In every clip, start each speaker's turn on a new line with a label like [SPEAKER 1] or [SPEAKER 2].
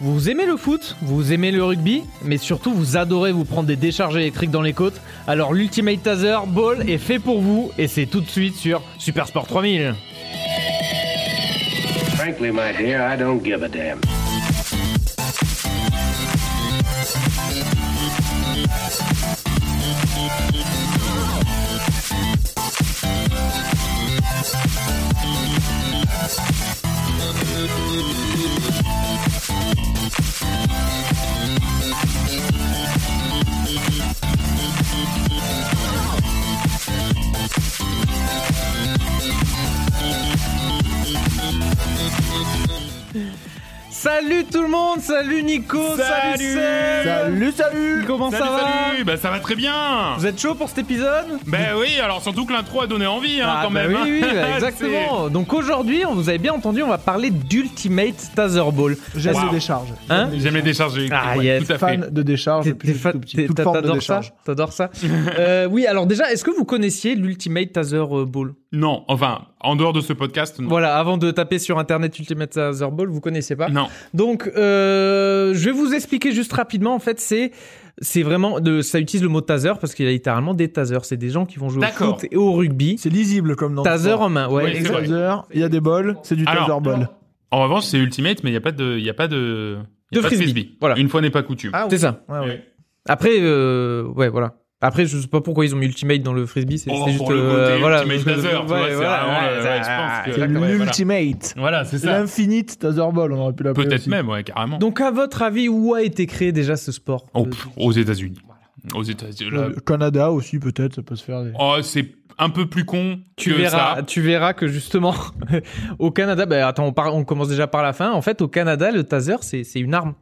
[SPEAKER 1] Vous aimez le foot, vous aimez le rugby, mais surtout vous adorez vous prendre des décharges électriques dans les côtes. Alors l'Ultimate Taser Ball est fait pour vous et c'est tout de suite sur Supersport 3000.
[SPEAKER 2] Frankly, my dear, I don't give a damn.
[SPEAKER 1] Salut tout le monde, salut Nico, salut
[SPEAKER 3] Salut
[SPEAKER 1] Seb.
[SPEAKER 4] Salut, salut
[SPEAKER 1] Comment
[SPEAKER 3] Salut,
[SPEAKER 1] ça va
[SPEAKER 3] salut Bah ça va très bien
[SPEAKER 1] Vous êtes chaud pour cet épisode
[SPEAKER 3] Ben oui, alors surtout que l'intro a donné envie hein,
[SPEAKER 1] Ah,
[SPEAKER 3] quand
[SPEAKER 1] bah
[SPEAKER 3] même
[SPEAKER 1] Oui, oui, bah,
[SPEAKER 3] C'est-
[SPEAKER 1] exactement. Donc aujourd'hui, on vous avez bien entendu, on va parler d'Ultimate Taser Ball.
[SPEAKER 4] J'aime
[SPEAKER 3] Wow.
[SPEAKER 4] les décharges.
[SPEAKER 1] Hein
[SPEAKER 3] J'aime les décharger,
[SPEAKER 1] Ah,
[SPEAKER 3] ouais,
[SPEAKER 1] yes.
[SPEAKER 3] tout à fait.
[SPEAKER 4] Fan de décharges
[SPEAKER 1] T'es-
[SPEAKER 4] depuis
[SPEAKER 1] t'es
[SPEAKER 4] que je suis
[SPEAKER 1] fa-
[SPEAKER 4] tout petit.
[SPEAKER 1] t'es-
[SPEAKER 4] Toute
[SPEAKER 1] t'a-
[SPEAKER 4] forme de
[SPEAKER 1] T'adores ça
[SPEAKER 4] décharge.
[SPEAKER 1] T'adores ça Euh, Oui, alors déjà, est-ce que vous connaissiez l'Ultimate Taser euh, Ball
[SPEAKER 3] Non, enfin, en dehors de ce podcast, non.
[SPEAKER 1] Voilà, avant de taper sur internet Ultimate Taser Ball, vous connaissez pas.
[SPEAKER 3] Non.
[SPEAKER 1] Donc, euh, je vais vous expliquer juste rapidement. En fait, c'est c'est vraiment de ça utilise le mot taser parce qu'il y a littéralement des tasers. C'est des gens qui vont jouer au
[SPEAKER 3] D'accord.
[SPEAKER 1] foot et au rugby.
[SPEAKER 4] C'est lisible comme nom.
[SPEAKER 1] Taser en main, ouais.
[SPEAKER 3] Oui, c'est
[SPEAKER 1] exact.
[SPEAKER 3] vrai. Ah
[SPEAKER 4] Taser, il y a des bols, c'est du
[SPEAKER 3] Alors.
[SPEAKER 4] taser ball.
[SPEAKER 3] En revanche, c'est Ultimate, mais il n'y a pas de... Y a pas de... y a
[SPEAKER 1] De
[SPEAKER 3] pas
[SPEAKER 1] frisbee. Voilà.
[SPEAKER 3] Une fois n'est pas coutume.
[SPEAKER 4] Ah
[SPEAKER 1] C'est ça.
[SPEAKER 4] Ouais, ouais.
[SPEAKER 1] Après, euh, ouais, voilà. Après, je sais pas pourquoi ils ont mis ultimate dans le frisbee. C'est
[SPEAKER 3] Oh,
[SPEAKER 1] c'est juste
[SPEAKER 3] pour le côté
[SPEAKER 1] euh, voilà.
[SPEAKER 3] Ultimate
[SPEAKER 1] je-
[SPEAKER 3] Taser, tu vois,
[SPEAKER 1] ouais,
[SPEAKER 3] c'est
[SPEAKER 1] voilà,
[SPEAKER 3] vraiment,
[SPEAKER 1] ouais,
[SPEAKER 3] euh,
[SPEAKER 1] ça-
[SPEAKER 3] ouais, je pense que-
[SPEAKER 4] C'est
[SPEAKER 3] D'accord, ouais,
[SPEAKER 4] l'ultimate.
[SPEAKER 3] Voilà, c'est ça.
[SPEAKER 4] L'infinite taser ball, on aurait pu l'appeler.
[SPEAKER 3] Peut-être
[SPEAKER 4] aussi.
[SPEAKER 3] même, ouais, carrément.
[SPEAKER 1] Donc, à votre avis, où a été créé déjà ce sport
[SPEAKER 3] Oh,
[SPEAKER 1] Euh,
[SPEAKER 3] pff, aux États-Unis. Aux États-Unis. là.
[SPEAKER 4] Le Euh, Canada aussi, peut-être, ça peut se faire. Des...
[SPEAKER 3] Oh, c'est un peu plus con
[SPEAKER 1] Tu
[SPEAKER 3] que
[SPEAKER 1] verras,
[SPEAKER 3] ça.
[SPEAKER 1] tu verras que justement au Canada, bah attends, on, parle- on commence déjà par la fin. En fait, au Canada, le taser, c'est c'est une arme.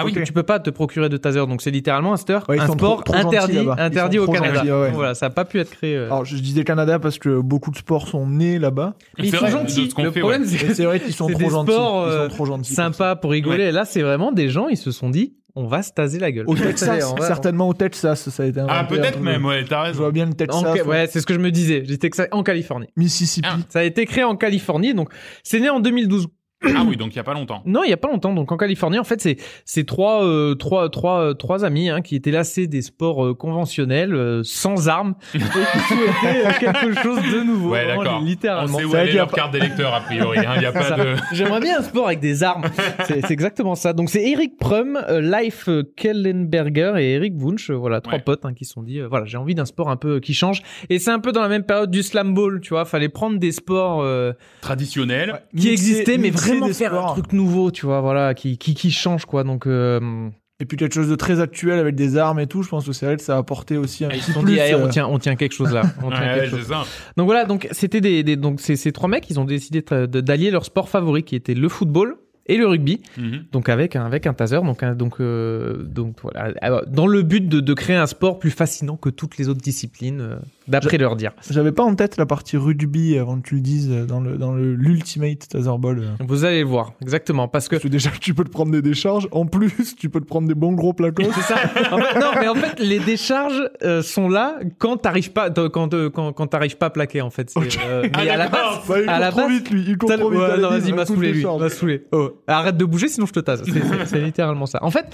[SPEAKER 3] Ah oui,
[SPEAKER 1] Tu- Tu peux pas te procurer de taser, donc c'est littéralement un, steur-
[SPEAKER 4] Ouais, ils
[SPEAKER 1] un
[SPEAKER 4] sont
[SPEAKER 1] sport
[SPEAKER 4] trop- trop gentils
[SPEAKER 1] interdit,
[SPEAKER 4] là-bas. Ils
[SPEAKER 1] interdit
[SPEAKER 4] sont
[SPEAKER 1] au
[SPEAKER 4] trop
[SPEAKER 1] Canada.
[SPEAKER 4] gentils, ouais.
[SPEAKER 1] Voilà, ça a pas pu être créé. euh.
[SPEAKER 4] Alors, je disais Canada parce que beaucoup de sports sont nés là-bas.
[SPEAKER 1] Mais ils
[SPEAKER 3] C'est
[SPEAKER 1] sont
[SPEAKER 3] vrai,
[SPEAKER 1] gentils.
[SPEAKER 3] de ce qu'on
[SPEAKER 1] le
[SPEAKER 3] fait,
[SPEAKER 1] problème, c'est
[SPEAKER 4] Et
[SPEAKER 1] que
[SPEAKER 4] c'est
[SPEAKER 1] c'est
[SPEAKER 4] vrai qu'ils sont
[SPEAKER 1] C'est
[SPEAKER 4] trop
[SPEAKER 1] des
[SPEAKER 4] gentils.
[SPEAKER 1] sports,
[SPEAKER 4] ils
[SPEAKER 1] euh,
[SPEAKER 4] sont trop gentils.
[SPEAKER 1] sympa pour rigoler. Et là, c'est vraiment des gens, ils se sont dit, on va se taser la gueule.
[SPEAKER 4] Au Texas,
[SPEAKER 1] On va-
[SPEAKER 4] certainement au Texas, ça a été un
[SPEAKER 3] ah peut-être même, ouais, t'as
[SPEAKER 4] Je
[SPEAKER 3] raison.
[SPEAKER 4] vois bien le
[SPEAKER 1] En-
[SPEAKER 4] Texas,
[SPEAKER 1] ouais,
[SPEAKER 4] ouais.
[SPEAKER 1] c'est ce que je me disais. J'étais que ça- en Californie.
[SPEAKER 4] Mississippi.
[SPEAKER 3] Ah.
[SPEAKER 1] Ça a été créé en Californie, donc c'est né en 2012.
[SPEAKER 3] Ah oui, donc il n'y a pas longtemps.
[SPEAKER 1] Non, il y a pas longtemps. Donc en Californie, en fait, c'est c'est trois euh, trois trois euh, trois amis hein, qui étaient lassés des sports euh, conventionnels euh, sans armes et qui souhaitaient euh, quelque chose de nouveau.
[SPEAKER 3] Ouais,
[SPEAKER 1] vraiment,
[SPEAKER 3] d'accord. On
[SPEAKER 1] littéralement.
[SPEAKER 3] sait où
[SPEAKER 4] Ça a
[SPEAKER 3] aller
[SPEAKER 4] été
[SPEAKER 3] leur
[SPEAKER 4] après-
[SPEAKER 3] carte d'électeur, a priori. hein. Il n'y a
[SPEAKER 1] C'est
[SPEAKER 3] pas
[SPEAKER 1] ça.
[SPEAKER 3] de...
[SPEAKER 1] J'aimerais bien un sport avec des armes. C'est c'est exactement ça. Donc c'est Eric Prum, euh, Life euh, Kellenberger et Eric Wunsch, euh, voilà trois
[SPEAKER 3] Ouais.
[SPEAKER 1] potes hein, qui se sont dit euh, voilà j'ai envie d'un sport un peu euh, qui change. Et c'est un peu dans la même période du slam ball, tu vois. Fallait prendre des sports. euh,
[SPEAKER 3] traditionnel.
[SPEAKER 1] qui
[SPEAKER 4] Mixer-
[SPEAKER 1] existait mais
[SPEAKER 4] mixer
[SPEAKER 1] vraiment
[SPEAKER 4] des
[SPEAKER 1] faire
[SPEAKER 4] sports.
[SPEAKER 1] un truc nouveau tu vois voilà qui qui, qui change quoi donc euh,
[SPEAKER 4] Et puis quelque chose de très actuel avec des armes et tout, je pense que c'est vrai que ça a apporté aussi un
[SPEAKER 1] ils
[SPEAKER 4] petit
[SPEAKER 1] se sont
[SPEAKER 4] plus.
[SPEAKER 1] dit Eh,
[SPEAKER 4] euh,
[SPEAKER 1] on tient on tient quelque chose là on tient
[SPEAKER 3] Ouais,
[SPEAKER 1] quelque
[SPEAKER 3] ouais,
[SPEAKER 1] chose.
[SPEAKER 3] c'est ça.
[SPEAKER 1] donc voilà donc c'était des, des- donc ces, ces trois mecs ils ont décidé de- de- d'allier leur sport favori qui était le football et le rugby
[SPEAKER 3] Mhm.
[SPEAKER 1] donc avec un avec un taser donc un- donc euh, donc voilà Alors, dans le but de, de créer un sport plus fascinant que toutes les autres disciplines euh, d'après leur dire
[SPEAKER 4] J'avais pas en tête la partie rugby avant que tu le dises euh, dans le dans le l'ultimate taser ball. euh.
[SPEAKER 1] vous allez le voir exactement parce que
[SPEAKER 4] Parce que déjà tu peux te prendre des décharges, en plus tu peux te prendre des bons gros placos.
[SPEAKER 1] C'est ça. En fait, non, mais en fait, les décharges euh, sont là quand t'arrives pas, t- quand euh, quand, quand t'arrives pas plaqué en fait. C'est, euh, mais
[SPEAKER 3] Ah,
[SPEAKER 1] à la
[SPEAKER 3] d'accord.
[SPEAKER 1] base,
[SPEAKER 4] Bah, il court
[SPEAKER 1] À la
[SPEAKER 4] trop
[SPEAKER 1] base,
[SPEAKER 4] vite lui, il court
[SPEAKER 1] t'as euh, le-
[SPEAKER 4] trop vite.
[SPEAKER 1] ouais,
[SPEAKER 4] allez,
[SPEAKER 1] non,
[SPEAKER 4] dis,
[SPEAKER 1] vas-y,
[SPEAKER 4] un
[SPEAKER 1] m'a
[SPEAKER 4] coup de
[SPEAKER 1] saoulé lui,
[SPEAKER 4] décharge.
[SPEAKER 1] m'a saoulé. Oh, arrête de bouger, sinon je te tase. C'est- C'est c'est littéralement ça. En fait,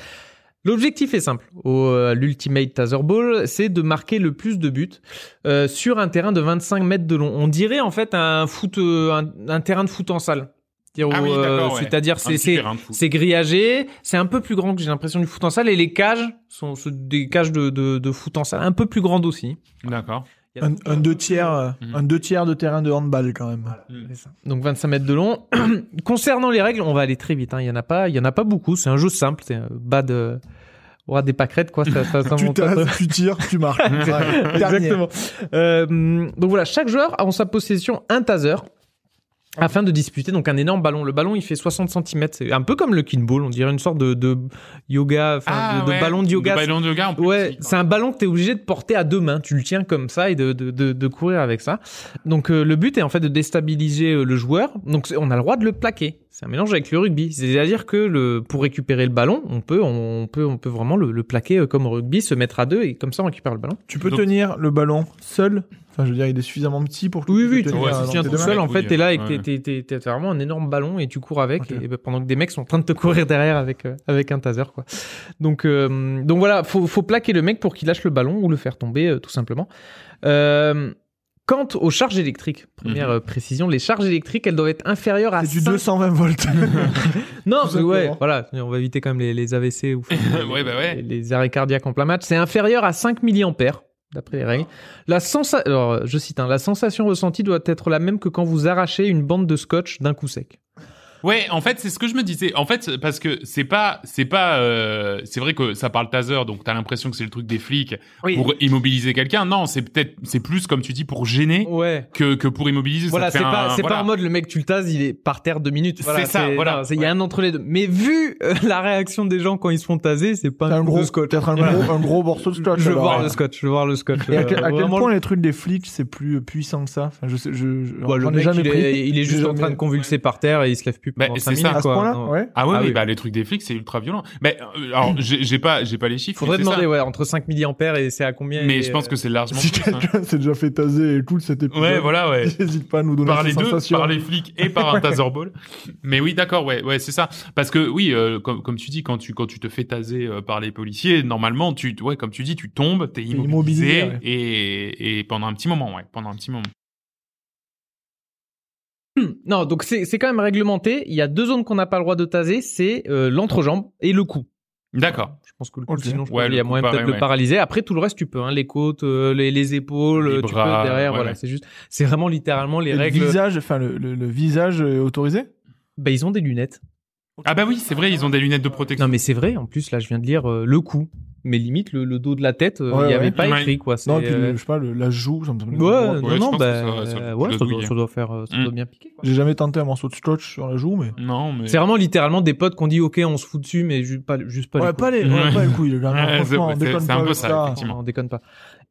[SPEAKER 1] l'objectif est simple. Au euh, l'ultimate taser ball, c'est de marquer le plus de buts euh, sur un terrain de 25 mètres de long. On dirait en fait un foot, euh, un, un terrain de foot en salle. C'est-à-dire
[SPEAKER 3] Ah
[SPEAKER 1] où,
[SPEAKER 3] oui, d'accord,
[SPEAKER 1] euh,
[SPEAKER 3] ouais.
[SPEAKER 1] C'est-à-dire,
[SPEAKER 3] Un
[SPEAKER 1] c'est,
[SPEAKER 3] petit
[SPEAKER 1] c'est,
[SPEAKER 3] terrain de foot.
[SPEAKER 1] c'est grillagé, c'est un peu plus grand que j'ai l'impression du foot en salle et les cages sont ce- des cages de, de, de foot en salle un peu plus grandes aussi.
[SPEAKER 3] D'accord.
[SPEAKER 1] Il y a-
[SPEAKER 4] Un, un deux tiers, euh,
[SPEAKER 3] Mhm.
[SPEAKER 4] un deux tiers de terrain de handball quand même.
[SPEAKER 1] Donc 25 mètres de long. Concernant les règles, on va aller très vite. hein. Il y en a pas, il y en a pas beaucoup. C'est un jeu simple. C'est un bas de ouah, des pâquerettes quoi. Ça, ça, ça
[SPEAKER 4] Tu
[SPEAKER 1] monte un peu.
[SPEAKER 4] tases, tu tires, tu marques. Dernier.
[SPEAKER 1] Exactement. Euh, donc voilà, chaque joueur a en sa possession un taser afin de disputer donc un énorme ballon. Le ballon, il fait 60 cm. C'est un peu comme le kinball, on dirait une sorte de, de yoga, enfin de, de
[SPEAKER 3] Ah, ouais.
[SPEAKER 1] ballon de yoga.
[SPEAKER 3] De ballon de yoga, en plus.
[SPEAKER 1] Ouais, c'est un ballon que tu es obligé de porter à deux mains. Tu le tiens comme ça et de, de, de, de courir avec ça. Donc euh, le but est en fait de déstabiliser euh, le joueur. Donc c'est- on a le droit de le plaquer. C'est un mélange avec le rugby. C'est-à-dire que le, pour récupérer le ballon, on peut, on peut, on peut vraiment le, le plaquer euh, comme au rugby, se mettre à deux et comme ça on récupère le ballon.
[SPEAKER 4] Tu peux
[SPEAKER 3] Donc-
[SPEAKER 4] tenir le ballon seul. Enfin, je veux dire, il est suffisamment petit pour que
[SPEAKER 1] Oui,
[SPEAKER 4] puisses
[SPEAKER 1] oui,
[SPEAKER 4] le
[SPEAKER 1] tu
[SPEAKER 3] Ouais,
[SPEAKER 4] tenir euh,
[SPEAKER 3] c'est
[SPEAKER 4] dans
[SPEAKER 1] tiens
[SPEAKER 4] tes
[SPEAKER 1] tout
[SPEAKER 4] deux mains.
[SPEAKER 1] seul
[SPEAKER 3] mains.
[SPEAKER 1] en fait, et là, avec
[SPEAKER 3] Ouais.
[SPEAKER 1] tes- tes- tes- t'as vraiment un énorme ballon et tu cours avec,
[SPEAKER 4] Ok.
[SPEAKER 1] et, et ben, pendant que des mecs sont en train de te courir derrière avec, euh, avec un taser, quoi. Donc, euh, donc voilà, faut, faut plaquer le mec pour qu'il lâche le ballon ou le faire tomber, euh, tout simplement. Euh, quant aux charges électriques, première
[SPEAKER 3] Mhm.
[SPEAKER 1] euh, précision, les charges électriques, elles doivent être inférieures à
[SPEAKER 4] C'est du
[SPEAKER 1] 5
[SPEAKER 4] 220 volts.
[SPEAKER 1] non,
[SPEAKER 4] Tout
[SPEAKER 1] mais ouais,
[SPEAKER 4] simplement.
[SPEAKER 1] voilà, on va éviter quand même les, les AVC ou
[SPEAKER 3] Ouais, bah ouais.
[SPEAKER 1] les, les arrêts cardiaques en plein match. C'est inférieur à 5 milliampères, d'après les règles. La, sensa- Alors, euh, je cite, hein, la sensation ressentie doit être la même que quand vous arrachez une bande de scotch d'un coup sec.
[SPEAKER 3] Ouais, en fait, c'est ce que je me disais. En fait, parce que c'est pas, c'est pas, euh, c'est vrai que ça parle taser, donc t'as l'impression que c'est le truc des flics pour immobiliser quelqu'un. Non, c'est peut-être, c'est plus comme tu dis pour gêner
[SPEAKER 1] Ouais.
[SPEAKER 3] que, que pour immobiliser.
[SPEAKER 1] Voilà, c'est
[SPEAKER 3] ça te fait
[SPEAKER 1] pas,
[SPEAKER 3] un-
[SPEAKER 1] c'est
[SPEAKER 3] voilà.
[SPEAKER 1] pas en mode le mec tu le tases, il est par terre deux minutes. Voilà,
[SPEAKER 3] C'est ça, voilà.
[SPEAKER 1] non, c'est- Il y a un entre les deux. Mais vu euh, la réaction des gens quand ils se font taser, c'est pas
[SPEAKER 4] T'as
[SPEAKER 1] un,
[SPEAKER 4] un
[SPEAKER 1] coup
[SPEAKER 4] gros,
[SPEAKER 1] de scotch.
[SPEAKER 4] peut-être un, gros, un gros morceau de scotch.
[SPEAKER 1] Je veux
[SPEAKER 4] alors.
[SPEAKER 1] voir le scotch, je veux voir le scotch.
[SPEAKER 4] Et à quel,
[SPEAKER 1] Euh,
[SPEAKER 4] à quel
[SPEAKER 1] vraiment,
[SPEAKER 4] point les trucs des flics, c'est plus euh, puissant que ça enfin, Je sais, je, je-
[SPEAKER 1] Ouais, Bah, le
[SPEAKER 4] j'en ai
[SPEAKER 1] mec,
[SPEAKER 4] jamais
[SPEAKER 1] il,
[SPEAKER 4] pris.
[SPEAKER 1] est, il est
[SPEAKER 4] J'ai
[SPEAKER 1] juste en
[SPEAKER 4] jamais-
[SPEAKER 1] train de convulser par terre et il se lève plus
[SPEAKER 3] Bah,
[SPEAKER 1] pendant 5
[SPEAKER 3] c'est ça.
[SPEAKER 1] minutes.
[SPEAKER 4] À ce
[SPEAKER 1] quoi.
[SPEAKER 4] point-là,
[SPEAKER 1] Non.
[SPEAKER 4] ouais.
[SPEAKER 3] Ah ouais,
[SPEAKER 1] Ah
[SPEAKER 3] oui,
[SPEAKER 1] oui.
[SPEAKER 3] bah les trucs des flics, c'est ultra violent. Mais euh, alors, j'ai j'ai pas, j'ai pas les chiffres.
[SPEAKER 1] Faudrait
[SPEAKER 3] mais c'est
[SPEAKER 1] demander,
[SPEAKER 3] ça.
[SPEAKER 1] ouais, entre 5 milliampères et c'est à combien
[SPEAKER 3] Mais
[SPEAKER 1] et, euh,
[SPEAKER 3] je pense que c'est largement.
[SPEAKER 4] Si
[SPEAKER 3] plus, hein.
[SPEAKER 4] quelqu'un s'est déjà fait taser et tout cet épisode,
[SPEAKER 3] Ouais, voilà, ouais.
[SPEAKER 4] n'hésite pas à nous donner
[SPEAKER 3] par
[SPEAKER 4] ses
[SPEAKER 3] les deux,
[SPEAKER 4] sensations.
[SPEAKER 3] par les flics et par un taser ball. Mais oui, d'accord, ouais, ouais, c'est ça. Parce que oui, euh, comme, comme tu dis, quand tu quand tu te fais taser euh, par les policiers, normalement, tu ouais, comme tu dis, tu tombes, t'es immobilisé,
[SPEAKER 4] immobilisé, ouais.
[SPEAKER 3] et, et pendant un petit moment, ouais, pendant un petit moment.
[SPEAKER 1] euh, Non, donc c'est c'est quand même réglementé. Il y a deux zones qu'on n'a pas le droit de taser, c'est euh, l'entrejambe et le cou.
[SPEAKER 3] D'accord.
[SPEAKER 1] Je pense que le cou,
[SPEAKER 4] Ok.
[SPEAKER 1] sinon, je
[SPEAKER 3] Ouais,
[SPEAKER 1] pense qu'il y
[SPEAKER 3] le
[SPEAKER 1] a
[SPEAKER 3] cou,
[SPEAKER 1] moyen
[SPEAKER 3] pareil,
[SPEAKER 1] peut-être de le
[SPEAKER 3] ouais.
[SPEAKER 1] paralyser. Après, tout le reste, tu peux, hein, les côtes, euh, les, les épaules,
[SPEAKER 3] Les
[SPEAKER 1] tu
[SPEAKER 3] bras,
[SPEAKER 1] peux derrière,
[SPEAKER 3] ouais,
[SPEAKER 1] voilà.
[SPEAKER 3] ouais.
[SPEAKER 1] C'est juste, c'est vraiment littéralement les
[SPEAKER 4] Et
[SPEAKER 1] règles.
[SPEAKER 4] Le visage, enfin, le, le- le visage est autorisé
[SPEAKER 1] Bah, ils ont des lunettes.
[SPEAKER 3] Ah bah oui, c'est vrai, ils ont des lunettes de protection.
[SPEAKER 1] Non, mais c'est vrai, en plus, là, je viens de lire euh, le cou. Mais limite, le, le dos de la tête, euh, il
[SPEAKER 4] Ouais,
[SPEAKER 1] n'y avait
[SPEAKER 4] ouais.
[SPEAKER 1] pas
[SPEAKER 3] Ouais.
[SPEAKER 1] écrit, quoi. C'est,
[SPEAKER 4] Non, et puis, le-
[SPEAKER 1] euh,
[SPEAKER 4] je sais pas, le- la joue, ça me semble.
[SPEAKER 1] Ouais, non,
[SPEAKER 3] je
[SPEAKER 1] non,
[SPEAKER 3] pense que
[SPEAKER 1] bah,
[SPEAKER 3] ça- ça- ça
[SPEAKER 1] ouais,
[SPEAKER 3] doit
[SPEAKER 1] ça doit,
[SPEAKER 3] douiller.
[SPEAKER 1] ça doit faire, euh, ça
[SPEAKER 3] Mm.
[SPEAKER 1] doit bien piquer. quoi.
[SPEAKER 4] J'ai jamais tenté un morceau de scotch sur la joue, mais.
[SPEAKER 3] Non, mais
[SPEAKER 1] C'est vraiment littéralement des potes qui ont dit ok on se fout dessus mais ju- pas, juste pas les
[SPEAKER 4] ouais,
[SPEAKER 1] couilles.
[SPEAKER 4] pas les, ouais,
[SPEAKER 3] Ouais.
[SPEAKER 4] pas les couilles, les gars. Non,
[SPEAKER 3] Ouais,
[SPEAKER 4] franchement,
[SPEAKER 3] c'est-
[SPEAKER 4] on déconne
[SPEAKER 3] c'est
[SPEAKER 4] pas
[SPEAKER 3] un peu
[SPEAKER 4] avec
[SPEAKER 3] ça,
[SPEAKER 4] ça.
[SPEAKER 3] effectivement.
[SPEAKER 1] Ah, On déconne pas.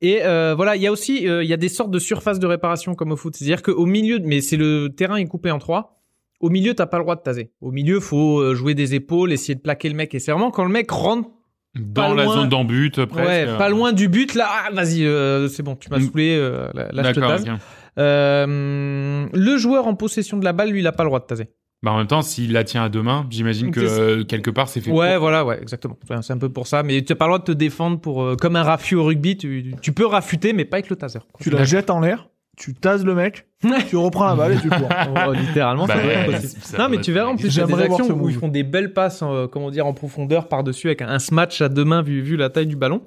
[SPEAKER 1] Et euh, voilà, il y a aussi euh, il y a des sortes de surfaces de réparation comme au foot, c'est-à-dire qu'au milieu, mais c'est le terrain est coupé en trois. Au milieu, t'as pas le droit de taser. Au milieu, faut euh, jouer des épaules, essayer de plaquer le mec. Et c'est vraiment quand le mec rentre,
[SPEAKER 3] dans
[SPEAKER 1] pas
[SPEAKER 3] la
[SPEAKER 1] loin.
[SPEAKER 3] zone d'embut, euh, presque. hein.
[SPEAKER 1] ouais, pas loin du but, là, ah, vas-y, euh, c'est bon, tu m'as
[SPEAKER 3] Mm.
[SPEAKER 1] saoulé, euh, là, là, je te
[SPEAKER 3] D'accord.
[SPEAKER 1] tase.
[SPEAKER 3] ok.
[SPEAKER 1] Euh, le joueur en possession de la balle, lui, il a pas le droit de taser.
[SPEAKER 3] Bah en même temps, s'il la tient à deux mains, j'imagine que
[SPEAKER 1] C'est-
[SPEAKER 3] euh, quelque part, c'est fait.
[SPEAKER 1] Ouais, voilà, ouais, exactement. Enfin, c'est un peu pour ça. Mais tu n'as pas le droit de te défendre pour, euh, comme un raffut au rugby. Tu, tu peux raffuter, mais pas avec le taser. quoi.
[SPEAKER 4] Tu la jettes en l'air, tu tases le mec, tu reprends la balle et tu cours. Euh,
[SPEAKER 1] Oh, littéralement,
[SPEAKER 3] Bah,
[SPEAKER 1] ça doit être
[SPEAKER 3] ouais,
[SPEAKER 1] possible.
[SPEAKER 3] ça
[SPEAKER 1] Non, mais
[SPEAKER 3] doit
[SPEAKER 1] tu
[SPEAKER 3] être
[SPEAKER 1] verras en
[SPEAKER 3] dingue.
[SPEAKER 1] plus, il y a des
[SPEAKER 4] J'aimerais voir ce
[SPEAKER 1] actions où
[SPEAKER 4] move.
[SPEAKER 1] ils font des belles passes, euh, comment dire, en profondeur par-dessus avec un, un smash à deux mains vu, vu la taille du ballon.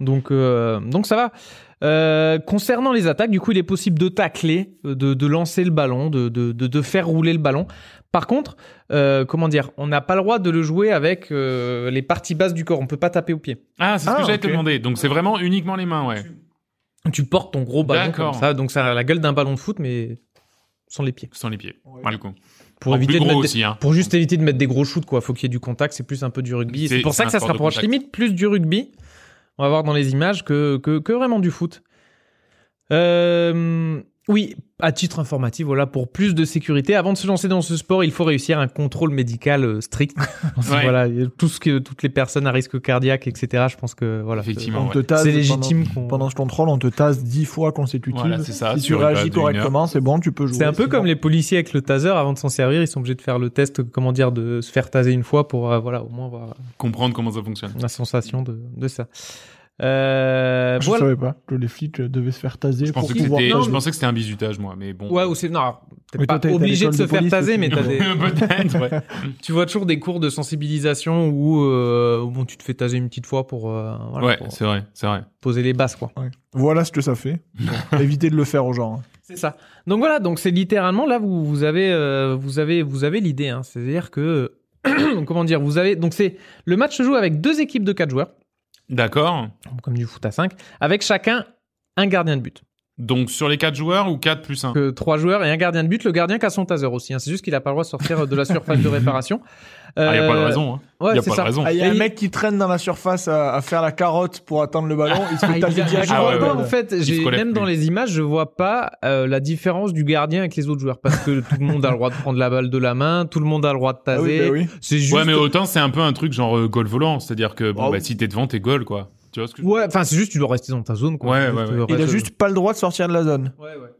[SPEAKER 1] Donc, euh, donc ça va. Euh, concernant les attaques, du coup, il est possible de tacler, euh, de, de lancer le ballon, de, de, de, de faire rouler le ballon. Par contre, euh, comment dire, on n'a pas le droit de le jouer avec euh, les parties basses du corps. On peut pas taper au pied.
[SPEAKER 3] Ah, c'est ce
[SPEAKER 4] Ah,
[SPEAKER 3] que j'allais te
[SPEAKER 4] ok.
[SPEAKER 3] demander. Donc c'est vraiment uniquement les mains, ouais.
[SPEAKER 1] Tu portes ton gros ballon
[SPEAKER 3] D'accord.
[SPEAKER 1] comme ça, donc ça a la gueule d'un ballon de foot, mais sans les pieds.
[SPEAKER 3] Sans les pieds.
[SPEAKER 4] Ouais.
[SPEAKER 3] Mal coup.
[SPEAKER 1] Pour
[SPEAKER 3] En
[SPEAKER 1] éviter
[SPEAKER 3] plus
[SPEAKER 1] de
[SPEAKER 3] gros
[SPEAKER 1] mettre des-
[SPEAKER 3] aussi, hein.
[SPEAKER 1] pour juste éviter de mettre des gros shoots, quoi. Faut qu'il y ait du contact, c'est plus un peu du rugby.
[SPEAKER 3] C'est-
[SPEAKER 1] C'est pour ça
[SPEAKER 3] c'est
[SPEAKER 1] que
[SPEAKER 3] un
[SPEAKER 1] ça se
[SPEAKER 3] sport de
[SPEAKER 1] rapproche
[SPEAKER 3] contact.
[SPEAKER 1] limite plus du rugby. On va voir dans les images que, que, que vraiment du foot. Euh, oui, à titre informatif, voilà, pour plus de sécurité, avant de se lancer dans ce sport, il faut réussir un contrôle médical euh, strict.
[SPEAKER 3] Ouais.
[SPEAKER 1] Voilà, tout ce que, toutes les personnes à risque cardiaque, etc. Je pense que voilà, euh,
[SPEAKER 3] Effectivement.
[SPEAKER 4] On
[SPEAKER 3] ouais.
[SPEAKER 4] te tase
[SPEAKER 1] c'est
[SPEAKER 4] pendant-
[SPEAKER 1] légitime. qu'on-
[SPEAKER 4] Pendant ce contrôle, on te tase 10 fois consécutives.
[SPEAKER 3] Voilà, c'est ça.
[SPEAKER 4] si tu
[SPEAKER 3] sur une
[SPEAKER 4] réagis
[SPEAKER 3] période de une heure.
[SPEAKER 4] correctement, c'est bon, tu peux jouer.
[SPEAKER 1] C'est un peu
[SPEAKER 4] c'est
[SPEAKER 1] comme
[SPEAKER 4] bon.
[SPEAKER 1] les policiers avec le taser. Avant de s'en servir, ils sont obligés de faire le test, comment dire, de se faire taser une fois pour, euh, voilà, au moins avoir
[SPEAKER 3] comprendre comment ça fonctionne.
[SPEAKER 1] la sensation de, de ça. Euh,
[SPEAKER 4] Je
[SPEAKER 1] voilà.
[SPEAKER 4] savais pas que les flics euh, devaient se faire taser
[SPEAKER 3] Je
[SPEAKER 4] pour
[SPEAKER 3] pensais que
[SPEAKER 4] pouvoir.
[SPEAKER 3] c'était,
[SPEAKER 1] non,
[SPEAKER 3] je
[SPEAKER 1] mais-
[SPEAKER 3] pensais que c'était un bisutage, moi, mais bon.
[SPEAKER 1] Ouais, ou c'est non, alors, t'es
[SPEAKER 4] Mais
[SPEAKER 1] pas
[SPEAKER 4] toi, t'as- t'as
[SPEAKER 1] obligé de
[SPEAKER 4] l'école
[SPEAKER 1] se
[SPEAKER 4] de
[SPEAKER 1] faire
[SPEAKER 4] police
[SPEAKER 1] taser,
[SPEAKER 4] aussi.
[SPEAKER 1] mais t'as des-
[SPEAKER 3] Peut-être, ouais.
[SPEAKER 1] tu vois toujours des cours de sensibilisation où euh, bon, tu te fais taser une petite fois pour, euh, voilà,
[SPEAKER 3] ouais,
[SPEAKER 1] pour
[SPEAKER 3] c'est vrai, c'est vrai.
[SPEAKER 1] poser les bases, quoi.
[SPEAKER 4] Ouais. Voilà ce que ça fait. Évitez de le faire aux gens. hein.
[SPEAKER 1] C'est ça. Donc voilà, donc c'est littéralement là vous vous avez euh, vous avez vous avez l'idée. hein. C'est-à-dire que comment dire, vous avez donc c'est le match se joue avec deux équipes de quatre joueurs,
[SPEAKER 3] D'accord.
[SPEAKER 1] comme du foot à 5, avec chacun un gardien de but.
[SPEAKER 3] Donc sur les 4 joueurs ou 4 plus
[SPEAKER 4] Hein.
[SPEAKER 3] 1
[SPEAKER 1] que trois joueurs et un gardien de but, le gardien qui a son taser aussi. hein. C'est juste qu'il n'a pas le droit de sortir de la surface de réparation.
[SPEAKER 3] Il n'y a pas de
[SPEAKER 1] Euh,
[SPEAKER 3] raison. hein.
[SPEAKER 1] ouais,
[SPEAKER 3] y a
[SPEAKER 1] c'est
[SPEAKER 3] pas de
[SPEAKER 1] ça.
[SPEAKER 3] raison.
[SPEAKER 4] Ah, Il y a
[SPEAKER 1] Et
[SPEAKER 4] un
[SPEAKER 1] il-
[SPEAKER 4] mec qui traîne dans la surface à, à faire la carotte pour attendre le ballon. Il se
[SPEAKER 1] Ah,
[SPEAKER 4] fait
[SPEAKER 1] il
[SPEAKER 4] taper
[SPEAKER 1] vient-
[SPEAKER 4] direct.
[SPEAKER 1] je
[SPEAKER 3] Ah
[SPEAKER 1] vois
[SPEAKER 3] ouais,
[SPEAKER 1] pas,
[SPEAKER 3] ouais.
[SPEAKER 1] en fait, j'ai-
[SPEAKER 3] se relève
[SPEAKER 1] même dans
[SPEAKER 3] plus.
[SPEAKER 1] les images, je vois pas euh, la différence du gardien avec les autres joueurs parce que tout le monde a le droit de prendre la balle de la main, tout le monde a le droit de
[SPEAKER 4] Ah oui,
[SPEAKER 1] taser.
[SPEAKER 4] bah oui.
[SPEAKER 1] C'est juste.
[SPEAKER 3] Ouais, mais autant c'est un peu un truc genre euh, goal volant, c'est-à-dire que bon,
[SPEAKER 4] Oh.
[SPEAKER 3] bah, si t'es devant, t'es goal quoi. Tu vois ce que je-
[SPEAKER 1] Ouais, enfin, c'est juste tu dois rester dans ta zone. Quoi.
[SPEAKER 3] Ouais,
[SPEAKER 1] Tu
[SPEAKER 3] ouais,
[SPEAKER 1] dois
[SPEAKER 3] ouais.
[SPEAKER 1] rester-
[SPEAKER 4] Il a juste pas le droit de sortir de la zone.
[SPEAKER 1] Ouais, ouais.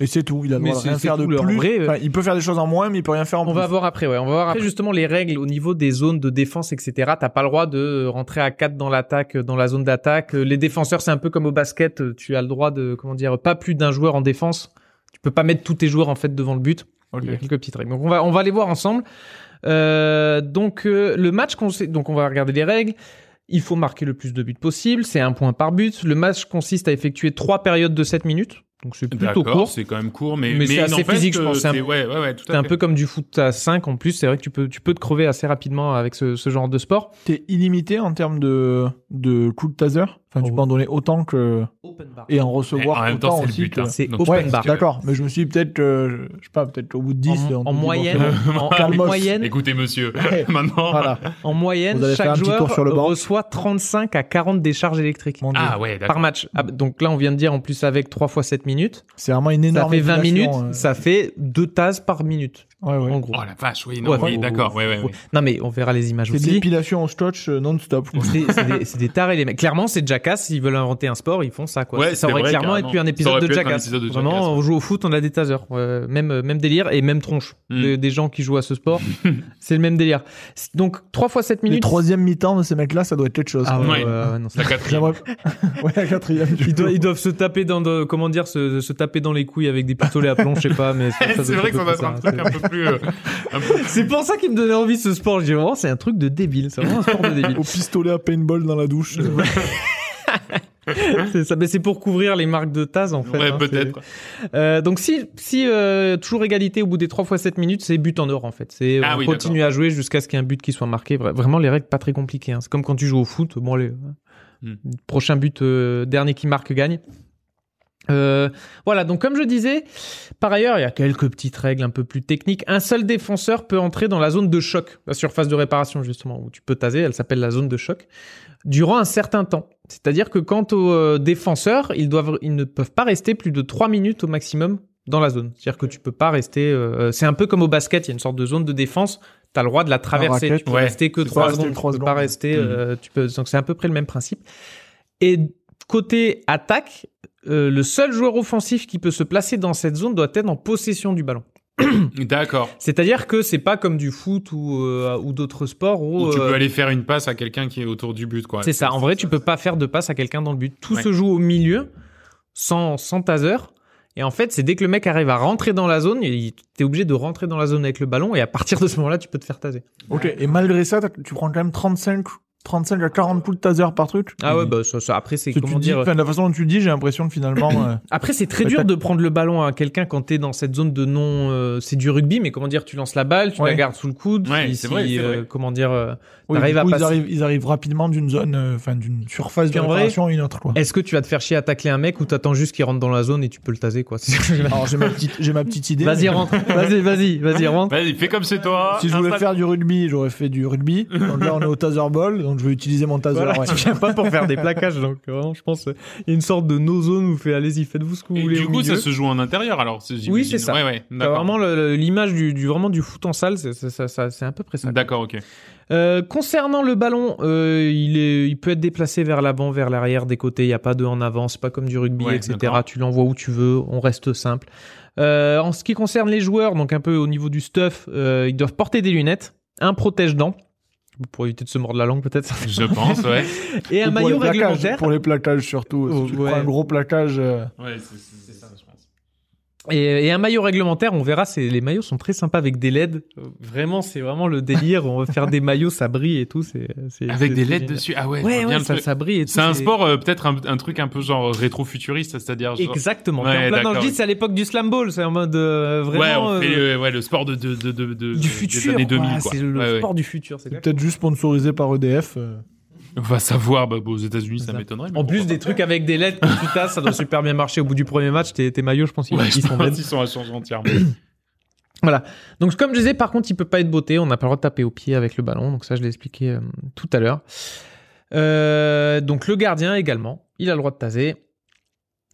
[SPEAKER 4] Et c'est tout. Il a le
[SPEAKER 1] Mais
[SPEAKER 4] droit de
[SPEAKER 1] c'est-
[SPEAKER 4] rien
[SPEAKER 1] c'est
[SPEAKER 4] faire de
[SPEAKER 1] tout, leur
[SPEAKER 4] plus.
[SPEAKER 1] vrai, euh.
[SPEAKER 4] Enfin, il peut faire des choses en moins, mais il peut rien faire en
[SPEAKER 1] On
[SPEAKER 4] plus.
[SPEAKER 1] va voir après, ouais. On va voir après justement les règles au niveau des zones de défense, etc. T'as pas le droit de rentrer à 4 dans l'attaque, euh, dans la zone d'attaque. Les défenseurs, c'est un peu comme au basket. euh, Tu as le droit de, comment dire, pas plus d'un joueur en défense. Tu peux pas mettre tous tes joueurs en fait devant le but.
[SPEAKER 4] Ok.
[SPEAKER 1] Il y a quelques petites règles. Donc on va, on va les voir ensemble. Euh, donc euh, le match, consi- donc on va regarder les règles. Il faut marquer le plus de buts possible. C'est un point par but. Le match consiste à effectuer trois périodes de 7 minutes. Donc c'est plutôt
[SPEAKER 3] D'accord,
[SPEAKER 1] court.
[SPEAKER 3] C'est quand même court, mais,
[SPEAKER 1] Mais c'est assez
[SPEAKER 3] n'empêche
[SPEAKER 1] physique,
[SPEAKER 3] que
[SPEAKER 1] je pense, c'est un-
[SPEAKER 3] c'est- Ouais, ouais, ouais, tout
[SPEAKER 1] C'est
[SPEAKER 3] à
[SPEAKER 1] un
[SPEAKER 3] fait.
[SPEAKER 1] peu comme du foot à 5 en plus, c'est vrai que tu peux, tu peux te crever assez rapidement avec ce, ce genre de sport.
[SPEAKER 4] T'es illimité en termes de, de coups de taser. Enfin, tu
[SPEAKER 1] Oh.
[SPEAKER 4] peux en donner autant que. Et en
[SPEAKER 3] Mais
[SPEAKER 4] recevoir
[SPEAKER 3] en même
[SPEAKER 4] autant
[SPEAKER 3] temps, c'est le
[SPEAKER 4] aussi.
[SPEAKER 3] but.
[SPEAKER 4] que-
[SPEAKER 3] hein.
[SPEAKER 1] C'est
[SPEAKER 3] Donc,
[SPEAKER 1] open
[SPEAKER 4] Ouais,
[SPEAKER 3] parce
[SPEAKER 1] bar.
[SPEAKER 3] que-
[SPEAKER 4] d'accord. Mais je me suis dit peut-être, euh, je sais pas, peut-être au bout de 10.
[SPEAKER 1] En-
[SPEAKER 4] on
[SPEAKER 1] en
[SPEAKER 4] te dit, bon,
[SPEAKER 1] moyenne,
[SPEAKER 4] c'est bon.
[SPEAKER 1] en,
[SPEAKER 4] Calme.
[SPEAKER 1] en moyenne,
[SPEAKER 3] Écoutez, monsieur, maintenant.
[SPEAKER 4] Voilà.
[SPEAKER 1] en moyenne,
[SPEAKER 4] Vous allez faire
[SPEAKER 1] chaque
[SPEAKER 4] un petit
[SPEAKER 1] joueur
[SPEAKER 4] tour sur le banc.
[SPEAKER 1] reçoit 35 à 40 décharges électriques
[SPEAKER 4] Mon Dieu.
[SPEAKER 3] Ah ouais,
[SPEAKER 1] par
[SPEAKER 3] d'accord.
[SPEAKER 1] match. Ah, donc là, on vient de dire en plus avec 3 fois 7 minutes,
[SPEAKER 4] C'est vraiment une
[SPEAKER 1] ça
[SPEAKER 4] énorme.
[SPEAKER 1] fait 20 minutes,
[SPEAKER 4] émulation, euh.
[SPEAKER 1] ça fait 2 tasses par minute,
[SPEAKER 4] Ouais, ouais.
[SPEAKER 1] en gros.
[SPEAKER 3] Oh la vache, oui, non,
[SPEAKER 1] Ouais,
[SPEAKER 3] oui,
[SPEAKER 1] faut-
[SPEAKER 3] d'accord, ouais, ouais,
[SPEAKER 1] faut-
[SPEAKER 3] ouais.
[SPEAKER 1] Non mais on verra les images
[SPEAKER 4] C'est de
[SPEAKER 1] aussi.
[SPEAKER 4] l'épilation au scotch euh, non-stop. quoi.
[SPEAKER 1] C'est c'est des, c'est des tarés les mecs. Clairement, c'est Jackass. S'ils veulent inventer un sport, ils font ça quoi.
[SPEAKER 3] Ouais,
[SPEAKER 1] ça
[SPEAKER 3] c'est
[SPEAKER 1] aurait
[SPEAKER 3] vrai,
[SPEAKER 1] clairement
[SPEAKER 3] carrément.
[SPEAKER 1] été un
[SPEAKER 3] Ça
[SPEAKER 1] épisode
[SPEAKER 3] aurait
[SPEAKER 1] de
[SPEAKER 3] pu être un
[SPEAKER 1] Jackass.
[SPEAKER 3] épisode de
[SPEAKER 1] Vraiment,
[SPEAKER 3] Jackass, ouais.
[SPEAKER 1] on joue au foot, on a des tasers, Euh, même euh, même délire et même tronche.
[SPEAKER 3] Mm.
[SPEAKER 1] Des- des gens qui jouent à ce sport, c'est le même délire. C'est- Donc 3 fois 7
[SPEAKER 4] Les
[SPEAKER 1] minutes.
[SPEAKER 4] troisième mi-temps de ces mecs-là, ça doit être quelque chose.
[SPEAKER 1] Ah ouais,
[SPEAKER 3] Ouais.
[SPEAKER 1] ouais, ouais, non, c'est-
[SPEAKER 3] La quatrième.
[SPEAKER 4] J'aimerais- ouais, la quatrième. du
[SPEAKER 1] ils,
[SPEAKER 4] coup.
[SPEAKER 1] doivent, ils doivent se taper dans de- comment dire se, se taper dans les couilles avec des pistolets à plomb, je sais pas, mais ça-
[SPEAKER 3] C'est vrai que ça
[SPEAKER 1] doit
[SPEAKER 3] va
[SPEAKER 1] être
[SPEAKER 3] être un
[SPEAKER 1] ça,
[SPEAKER 3] truc
[SPEAKER 1] c'est-
[SPEAKER 3] un peu plus. euh, un peu-
[SPEAKER 1] C'est pour ça qu'il me donnait envie ce sport. J'ai vraiment c'est un truc de débile, c'est vraiment un sport de débile.
[SPEAKER 4] Au pistolet à paintball dans la douche. euh,
[SPEAKER 1] c'est ça, mais c'est pour couvrir les marques de tasse en fait.
[SPEAKER 3] Ouais,
[SPEAKER 1] hein, c'est-
[SPEAKER 3] peut-être.
[SPEAKER 1] Euh, donc si, si euh, toujours égalité au bout des 3 fois 7 minutes, c'est but en or en fait. C'est
[SPEAKER 3] Ah
[SPEAKER 1] on
[SPEAKER 3] oui,
[SPEAKER 1] continue à jouer jusqu'à ce qu'il y ait un but qui soit marqué. Vra- Vraiment les règles pas très compliquées. hein. C'est comme quand tu joues au foot. Bon allez, hein.
[SPEAKER 3] Hmm.
[SPEAKER 1] prochain but euh, dernier qui marque gagne. Euh, voilà, donc comme je disais, par ailleurs, il y a quelques petites règles un peu plus techniques. Un seul défenseur peut entrer dans la zone de choc, la surface de réparation justement, où tu peux taser, elle s'appelle la zone de choc, durant un certain temps. C'est-à-dire que quant aux euh, défenseurs, ils, doivent, ils ne peuvent pas rester plus de 3 minutes au maximum dans la zone. C'est-à-dire que tu peux pas rester... euh, c'est un peu comme au basket, il y a une sorte de zone de défense, tu as le droit de la traverser, tu
[SPEAKER 4] raquette,
[SPEAKER 1] peux
[SPEAKER 3] ouais.
[SPEAKER 1] rester que
[SPEAKER 4] Tu peux
[SPEAKER 1] 3
[SPEAKER 4] rester
[SPEAKER 1] secondes,
[SPEAKER 4] trois
[SPEAKER 1] tu peux
[SPEAKER 4] secondes.
[SPEAKER 1] pas rester... euh, tu peux... Donc c'est à peu près le même principe. Et côté attaque, euh, le seul joueur offensif qui peut se placer dans cette zone doit être en possession du ballon.
[SPEAKER 3] D'accord.
[SPEAKER 1] C'est-à-dire que c'est pas comme du foot ou, euh, ou d'autres sports où,
[SPEAKER 3] Ou tu
[SPEAKER 1] euh,
[SPEAKER 3] peux aller faire une passe à quelqu'un qui est autour du but, quoi.
[SPEAKER 1] c'est ça. En vrai, tu peux pas faire de passe à quelqu'un dans le but. Tout
[SPEAKER 3] Ouais.
[SPEAKER 1] se joue au milieu, sans, sans taser. Et en fait, c'est dès que le mec arrive à rentrer dans la zone, il- t'es obligé de rentrer dans la zone avec le ballon. Et à partir de ce moment-là, tu peux te faire taser.
[SPEAKER 4] ok, et malgré ça, t'as- tu prends quand même 35, 35 à 40 coups de taser par truc.
[SPEAKER 1] Ah ouais, bah ça, ça- après c'est
[SPEAKER 4] Mm. Parce que tu
[SPEAKER 1] comment
[SPEAKER 4] dis,
[SPEAKER 1] dire.
[SPEAKER 4] enfin, de la façon dont tu le dis, j'ai l'impression que finalement. euh,
[SPEAKER 1] Après c'est très
[SPEAKER 4] Bah,
[SPEAKER 1] dur
[SPEAKER 4] t'as-
[SPEAKER 1] de prendre le ballon à quelqu'un quand t'es dans cette zone de non. euh, c'est du rugby, mais comment dire, tu lances la balle, tu la
[SPEAKER 4] Ouais.
[SPEAKER 1] gardes sous le coude.
[SPEAKER 3] Ouais,
[SPEAKER 1] si-
[SPEAKER 3] c'est
[SPEAKER 1] si,
[SPEAKER 3] vrai, c'est
[SPEAKER 1] euh,
[SPEAKER 3] vrai.
[SPEAKER 1] Comment dire. euh,
[SPEAKER 4] oui,
[SPEAKER 1] T'arrives
[SPEAKER 4] du
[SPEAKER 1] à
[SPEAKER 4] coup,
[SPEAKER 1] passer-
[SPEAKER 4] ils, arrivent, ils arrivent rapidement d'une zone, euh, enfin d'une surface de
[SPEAKER 1] Puis en vrai-
[SPEAKER 4] réparation à une autre. Quoi.
[SPEAKER 1] Est-ce que tu vas te faire chier à tacler un mec ou t'attends juste qu'il rentre dans la zone et tu peux le taser quoi
[SPEAKER 4] Alors j'ai ma petite, j'ai ma petite idée.
[SPEAKER 1] Vas-y
[SPEAKER 4] mais-
[SPEAKER 1] rentre, vas-y vas-y vas-y rentre.
[SPEAKER 3] Vas-y, fais comme c'est toi.
[SPEAKER 4] Si je voulais
[SPEAKER 3] Installe-
[SPEAKER 4] faire du rugby, j'aurais fait du rugby. Donc là, on est au taser ball, donc je vais utiliser mon taser.
[SPEAKER 1] Voilà,
[SPEAKER 4] ouais.
[SPEAKER 1] tu viens pas pour faire des plaquages donc vraiment je pense euh, il y a une sorte de no zone où fait allez-y faites-vous ce que vous
[SPEAKER 3] Et
[SPEAKER 1] voulez.
[SPEAKER 3] du
[SPEAKER 1] au
[SPEAKER 3] coup,
[SPEAKER 1] milieu.
[SPEAKER 3] ça se joue en intérieur, alors.
[SPEAKER 1] Oui,
[SPEAKER 3] j'imagine.
[SPEAKER 1] c'est ça.
[SPEAKER 3] Ouais, ouais.
[SPEAKER 1] T'as
[SPEAKER 3] D'accord.
[SPEAKER 1] vraiment le- le- l'image du, du vraiment du foot en salle, c'est c'est- ça- ça- c'est à peu près ça.
[SPEAKER 3] D'accord, ok.
[SPEAKER 1] Euh, concernant le ballon, euh, il, est, il peut être déplacé vers l'avant, vers l'arrière, des côtés. Il n'y a pas de en avant, c'est pas comme du rugby,
[SPEAKER 3] Ouais,
[SPEAKER 1] etc.
[SPEAKER 3] d'accord.
[SPEAKER 1] Tu l'envoies où tu veux, on reste simple. Euh, en ce qui concerne les joueurs, donc un peu au niveau du stuff, euh, ils doivent porter des lunettes, un protège-dents, pour éviter de se mordre la langue peut-être,
[SPEAKER 3] Je pense, ouais.
[SPEAKER 1] et un
[SPEAKER 4] Ou pour
[SPEAKER 1] maillot
[SPEAKER 4] les plaquages,
[SPEAKER 1] réglementaire.
[SPEAKER 4] Pour les plaquages surtout.
[SPEAKER 1] Oh,
[SPEAKER 4] si tu
[SPEAKER 1] ouais.
[SPEAKER 4] prends un gros plaquage. euh,
[SPEAKER 3] Ouais, c'est- c'est ça, je pense.
[SPEAKER 1] Et, et un maillot réglementaire, on verra, c'est les maillots sont très sympas avec des LED. Euh, Vraiment, c'est vraiment le délire. on va faire des maillots, ça brille et tout. c'est c'est-
[SPEAKER 3] Avec
[SPEAKER 1] c'est-
[SPEAKER 3] des
[SPEAKER 1] c'est
[SPEAKER 3] LED
[SPEAKER 1] génial.
[SPEAKER 3] dessus. Ah ouais, je vois
[SPEAKER 1] Ouais,
[SPEAKER 3] bien
[SPEAKER 1] ouais,
[SPEAKER 3] le
[SPEAKER 1] ça,
[SPEAKER 3] truc.
[SPEAKER 1] ça brille et tout.
[SPEAKER 3] C'est un sport, euh, peut-être un, un truc un peu genre rétro-futuriste, c'est-à-dire. genre-
[SPEAKER 1] Exactement.
[SPEAKER 3] Ouais,
[SPEAKER 1] T'es en plein dans le
[SPEAKER 3] d'accord,
[SPEAKER 1] dis,
[SPEAKER 3] oui.
[SPEAKER 1] c'est à l'époque du slam ball, c'est en mode euh,
[SPEAKER 3] Ouais,
[SPEAKER 1] vraiment
[SPEAKER 3] on fait
[SPEAKER 1] euh,
[SPEAKER 3] le, ouais, le sport de, de, de, de, de-
[SPEAKER 1] du
[SPEAKER 3] des
[SPEAKER 1] futur.
[SPEAKER 3] années
[SPEAKER 1] quoi. Ah,
[SPEAKER 3] 2000, quoi.
[SPEAKER 1] C'est le
[SPEAKER 3] Ouais, ouais.
[SPEAKER 1] sport du futur, c'est
[SPEAKER 4] C'est peut-être juste sponsorisé par EDF. E euh.
[SPEAKER 3] On va savoir, bah, aux États-Unis, ça
[SPEAKER 1] ça.
[SPEAKER 3] m'étonnerait. mais
[SPEAKER 1] En plus
[SPEAKER 3] pourquoi
[SPEAKER 1] des trucs avec des lettres, que tu tasses, ça doit super bien marcher. Au bout du premier match, tes, tes maillots, je pense,
[SPEAKER 3] pas.
[SPEAKER 1] ils,
[SPEAKER 3] Ouais,
[SPEAKER 1] ils
[SPEAKER 3] je
[SPEAKER 1] sont
[SPEAKER 3] pense
[SPEAKER 1] bêtes.
[SPEAKER 3] qu'ils sont à changer entièrement. Eh
[SPEAKER 1] Donc, comme je disais, par contre, il peut pas être botté. On n'a pas le droit de taper au pied avec le ballon. Donc, ça, je l'ai expliqué euh, tout à l'heure. Euh, donc, le gardien également, il a le droit de taser.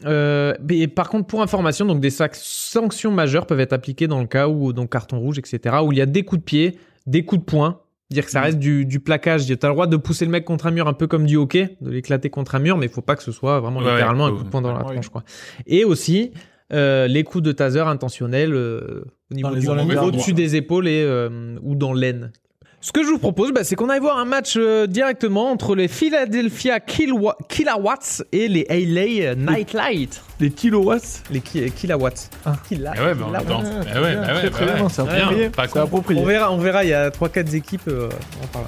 [SPEAKER 1] Euh, mais par contre, pour information, donc des sac- sanctions majeures peuvent être appliquées dans le cas où, donc carton rouge, etc., où il y a des coups de pied, des coups de poing, dire que ça
[SPEAKER 3] Mhm.
[SPEAKER 1] reste du, du plaquage. Tu as le droit de pousser le mec contre un mur, un peu comme du hockey, de l'éclater contre un mur, mais il faut pas que ce soit vraiment
[SPEAKER 3] Ouais,
[SPEAKER 1] littéralement
[SPEAKER 3] ouais,
[SPEAKER 1] un coup de poing dans la
[SPEAKER 4] ouais.
[SPEAKER 1] tronche. Quoi. Et aussi, euh, les coups de taser intentionnels euh, au niveau
[SPEAKER 4] Dans les
[SPEAKER 1] du-
[SPEAKER 4] zones
[SPEAKER 3] internes.
[SPEAKER 1] au-dessus des épaules et, euh, ou dans l'aine. Ce que je vous propose, bah, c'est qu'on aille voir un match euh, directement entre les Philadelphia Kilwa- Kilowatts et les LA Nightlight.
[SPEAKER 4] Les kilowatts
[SPEAKER 1] Les ki- Kilowatts.
[SPEAKER 4] Ah.
[SPEAKER 1] Kila-
[SPEAKER 3] Eh ouais, bah, en même temps.
[SPEAKER 1] Kilowatts.
[SPEAKER 3] Eh ouais, bah ouais,
[SPEAKER 4] Très,
[SPEAKER 3] bah
[SPEAKER 4] très
[SPEAKER 3] ouais.
[SPEAKER 4] bien, c'est
[SPEAKER 3] Bien,
[SPEAKER 4] approprié.
[SPEAKER 3] pas
[SPEAKER 4] C'est
[SPEAKER 3] con.
[SPEAKER 4] approprié.
[SPEAKER 1] On verra, on verra, il y a 3-4 équipes. euh, on parle.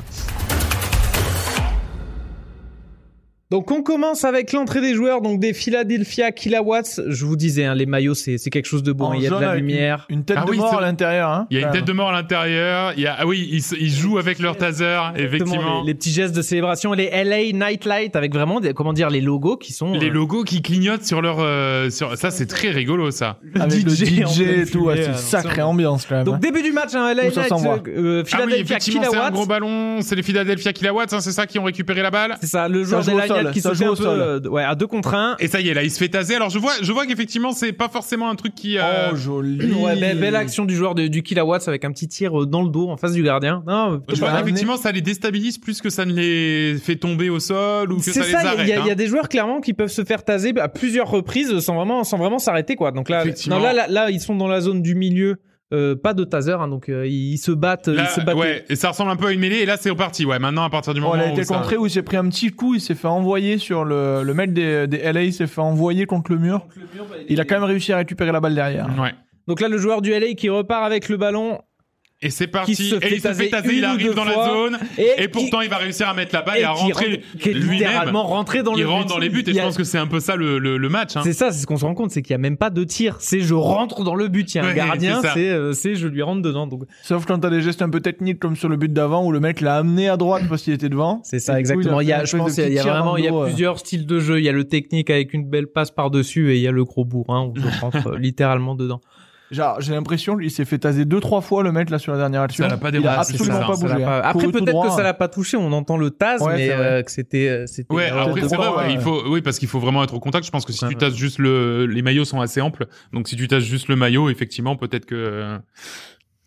[SPEAKER 1] Donc on commence avec l'entrée des joueurs donc des Philadelphia Kilowatts. Je vous disais, hein, les maillots c'est c'est quelque chose de bon.
[SPEAKER 4] En
[SPEAKER 1] Il y a de
[SPEAKER 4] jaune
[SPEAKER 1] la
[SPEAKER 4] avec une-
[SPEAKER 1] lumière.
[SPEAKER 4] Une tête
[SPEAKER 3] Ah
[SPEAKER 4] de
[SPEAKER 3] oui,
[SPEAKER 4] mort
[SPEAKER 3] c'est-
[SPEAKER 4] à l'intérieur. hein.
[SPEAKER 3] Il y a une
[SPEAKER 4] Enfin,
[SPEAKER 3] tête de mort à l'intérieur. Il y a, ah oui, ils, se- ils jouent avec leur taser, effectivement.
[SPEAKER 1] Les, les petits gestes de célébration, les LA Nightlight avec vraiment des, comment dire les logos qui sont
[SPEAKER 3] Les
[SPEAKER 1] euh,
[SPEAKER 3] logos qui clignotent sur leur. euh, sur... Ça, c'est très rigolo, ça. Ah
[SPEAKER 4] avec le
[SPEAKER 1] DJ en
[SPEAKER 4] DJ et
[SPEAKER 1] pleine
[SPEAKER 4] tout, ouais,
[SPEAKER 1] fumée,
[SPEAKER 4] c'est
[SPEAKER 1] euh,
[SPEAKER 4] une sacrée
[SPEAKER 1] ensemble.
[SPEAKER 4] ambiance quand même.
[SPEAKER 1] Donc
[SPEAKER 4] hein.
[SPEAKER 1] début du match, hein, LA
[SPEAKER 4] Où ça
[SPEAKER 1] Night,
[SPEAKER 4] s'envoie.
[SPEAKER 1] euh,
[SPEAKER 3] ah oui,
[SPEAKER 1] Philadelphia
[SPEAKER 3] effectivement, c'est un
[SPEAKER 1] Kilowatts.
[SPEAKER 3] gros ballon. C'est les Philadelphia Kilowatts, hein, c'est ça qui ont récupéré la balle.
[SPEAKER 1] C'est ça, le joueur
[SPEAKER 4] joue
[SPEAKER 1] des
[SPEAKER 4] au
[SPEAKER 1] Lagnettes
[SPEAKER 4] sol,
[SPEAKER 1] qui
[SPEAKER 4] ça
[SPEAKER 1] se
[SPEAKER 4] joue
[SPEAKER 1] fait un
[SPEAKER 4] au
[SPEAKER 1] peu,
[SPEAKER 4] sol.
[SPEAKER 1] euh, ouais, à 2 contre 1.
[SPEAKER 3] Et ça y est, là, il se fait taser. Alors, je vois, je vois qu'effectivement, c'est pas forcément un truc qui. euh,
[SPEAKER 4] Oh, joli. Oh,
[SPEAKER 1] belle action du joueur de- du Kilowatts avec un petit tir euh, dans le dos en face du gardien. Non,
[SPEAKER 3] je
[SPEAKER 1] plutôt pas
[SPEAKER 3] vois
[SPEAKER 1] mal.
[SPEAKER 4] ramener-
[SPEAKER 3] qu'effectivement, ça les déstabilise plus que ça ne les fait tomber au sol ou que
[SPEAKER 1] C'est
[SPEAKER 3] ça, les
[SPEAKER 1] ça, il
[SPEAKER 3] arrête.
[SPEAKER 1] y, a-
[SPEAKER 3] hein.
[SPEAKER 1] il y a des joueurs clairement qui peuvent se faire taser à plusieurs reprises sans vraiment sans vraiment s'arrêter quoi. Donc là,
[SPEAKER 3] Effectivement.
[SPEAKER 1] non, là, là là, ils sont dans la zone du milieu, euh, pas de taser hein, donc euh, ils, ils se battent,
[SPEAKER 3] Là,
[SPEAKER 1] ils se battent.
[SPEAKER 3] ouais, et ça ressemble un peu à une mêlée. Et là, c'est reparti. Ouais, maintenant, à
[SPEAKER 1] Oh,
[SPEAKER 3] partir du
[SPEAKER 4] Bon,
[SPEAKER 3] moment
[SPEAKER 4] elle a
[SPEAKER 3] où
[SPEAKER 4] été
[SPEAKER 3] ça-
[SPEAKER 4] contrée où il s'est pris un petit coup, il s'est fait envoyer sur le, le mec des, des LA, il s'est fait envoyer contre le mur. Il a quand même réussi à récupérer la balle
[SPEAKER 1] Mm.
[SPEAKER 4] derrière.
[SPEAKER 3] Ouais.
[SPEAKER 1] Donc là, le joueur du LA qui repart avec le ballon
[SPEAKER 3] Et c'est parti.
[SPEAKER 1] Qui se
[SPEAKER 3] et il
[SPEAKER 1] fait
[SPEAKER 3] se
[SPEAKER 1] taser
[SPEAKER 3] fait taser.
[SPEAKER 1] une
[SPEAKER 3] Il
[SPEAKER 1] ou
[SPEAKER 3] arrive
[SPEAKER 1] deux
[SPEAKER 3] dans
[SPEAKER 1] fois.
[SPEAKER 3] la zone.
[SPEAKER 1] et,
[SPEAKER 3] Et pourtant,
[SPEAKER 1] qui-
[SPEAKER 3] il va réussir à mettre la balle
[SPEAKER 1] et
[SPEAKER 3] et à
[SPEAKER 1] qui
[SPEAKER 3] rentrer
[SPEAKER 1] rentre- qui est
[SPEAKER 3] lui-même.
[SPEAKER 1] littéralement rentré dans
[SPEAKER 3] Il
[SPEAKER 1] le
[SPEAKER 3] rentre
[SPEAKER 1] but.
[SPEAKER 3] dans les buts.
[SPEAKER 1] Il
[SPEAKER 3] Et
[SPEAKER 1] y
[SPEAKER 3] je
[SPEAKER 1] a-
[SPEAKER 3] pense que c'est un peu ça le, le, le match. hein.
[SPEAKER 1] C'est ça, c'est ce qu'on se rend compte, c'est qu'il y a même pas de tir. C'est je rentre dans le but, il y a un
[SPEAKER 3] Ouais,
[SPEAKER 1] gardien,
[SPEAKER 3] c'est ça.
[SPEAKER 1] c'est euh, c'est je lui rentre dedans. Donc
[SPEAKER 4] Sauf quand t'as des gestes un peu techniques comme sur le but d'avant où le mec l'a amené à droite parce qu'il était devant.
[SPEAKER 1] C'est
[SPEAKER 4] Et
[SPEAKER 1] ça,
[SPEAKER 4] du coup,
[SPEAKER 1] exactement.
[SPEAKER 4] a
[SPEAKER 1] Il y
[SPEAKER 4] fait
[SPEAKER 1] a,
[SPEAKER 4] une
[SPEAKER 1] je
[SPEAKER 4] espèce
[SPEAKER 1] pense,
[SPEAKER 4] de
[SPEAKER 1] il y a- il y a
[SPEAKER 4] petit tir dans
[SPEAKER 1] vraiment,
[SPEAKER 4] le
[SPEAKER 1] il y a
[SPEAKER 4] dos, euh.
[SPEAKER 1] plusieurs styles de jeu. Il y a le technique avec une belle passe par-dessus et il y a le gros bourrin où je rentre euh, littéralement dedans.
[SPEAKER 4] euh. Genre, j'ai l'impression qu'il s'est fait taser deux trois fois le mec là sur la dernière action.
[SPEAKER 3] l'a pas
[SPEAKER 4] Il
[SPEAKER 3] démarré,
[SPEAKER 4] a
[SPEAKER 3] c'est
[SPEAKER 4] absolument
[SPEAKER 3] ça,
[SPEAKER 4] pas
[SPEAKER 3] ça
[SPEAKER 1] Ça
[SPEAKER 4] bougé.
[SPEAKER 1] l'a
[SPEAKER 4] hein.
[SPEAKER 1] pas- Après,
[SPEAKER 4] Couru tout
[SPEAKER 1] peut-être
[SPEAKER 4] droit,
[SPEAKER 1] que ça
[SPEAKER 4] hein.
[SPEAKER 1] l'a pas touché. On entend le taz,
[SPEAKER 4] Ouais,
[SPEAKER 1] mais
[SPEAKER 4] c'est vrai.
[SPEAKER 1] euh, que c'était, euh, c'était.
[SPEAKER 3] Ouais,
[SPEAKER 1] euh,
[SPEAKER 3] après
[SPEAKER 4] peut-être
[SPEAKER 3] c'est vrai,
[SPEAKER 4] pas,
[SPEAKER 3] ouais,
[SPEAKER 4] ouais.
[SPEAKER 3] il faut, oui, parce qu'il faut vraiment être au contact. Je pense que si
[SPEAKER 1] Ouais,
[SPEAKER 3] tu
[SPEAKER 1] ouais.
[SPEAKER 3] tasses juste le, les maillots sont assez amples, donc si tu tasses juste le maillot, effectivement, peut-être que euh,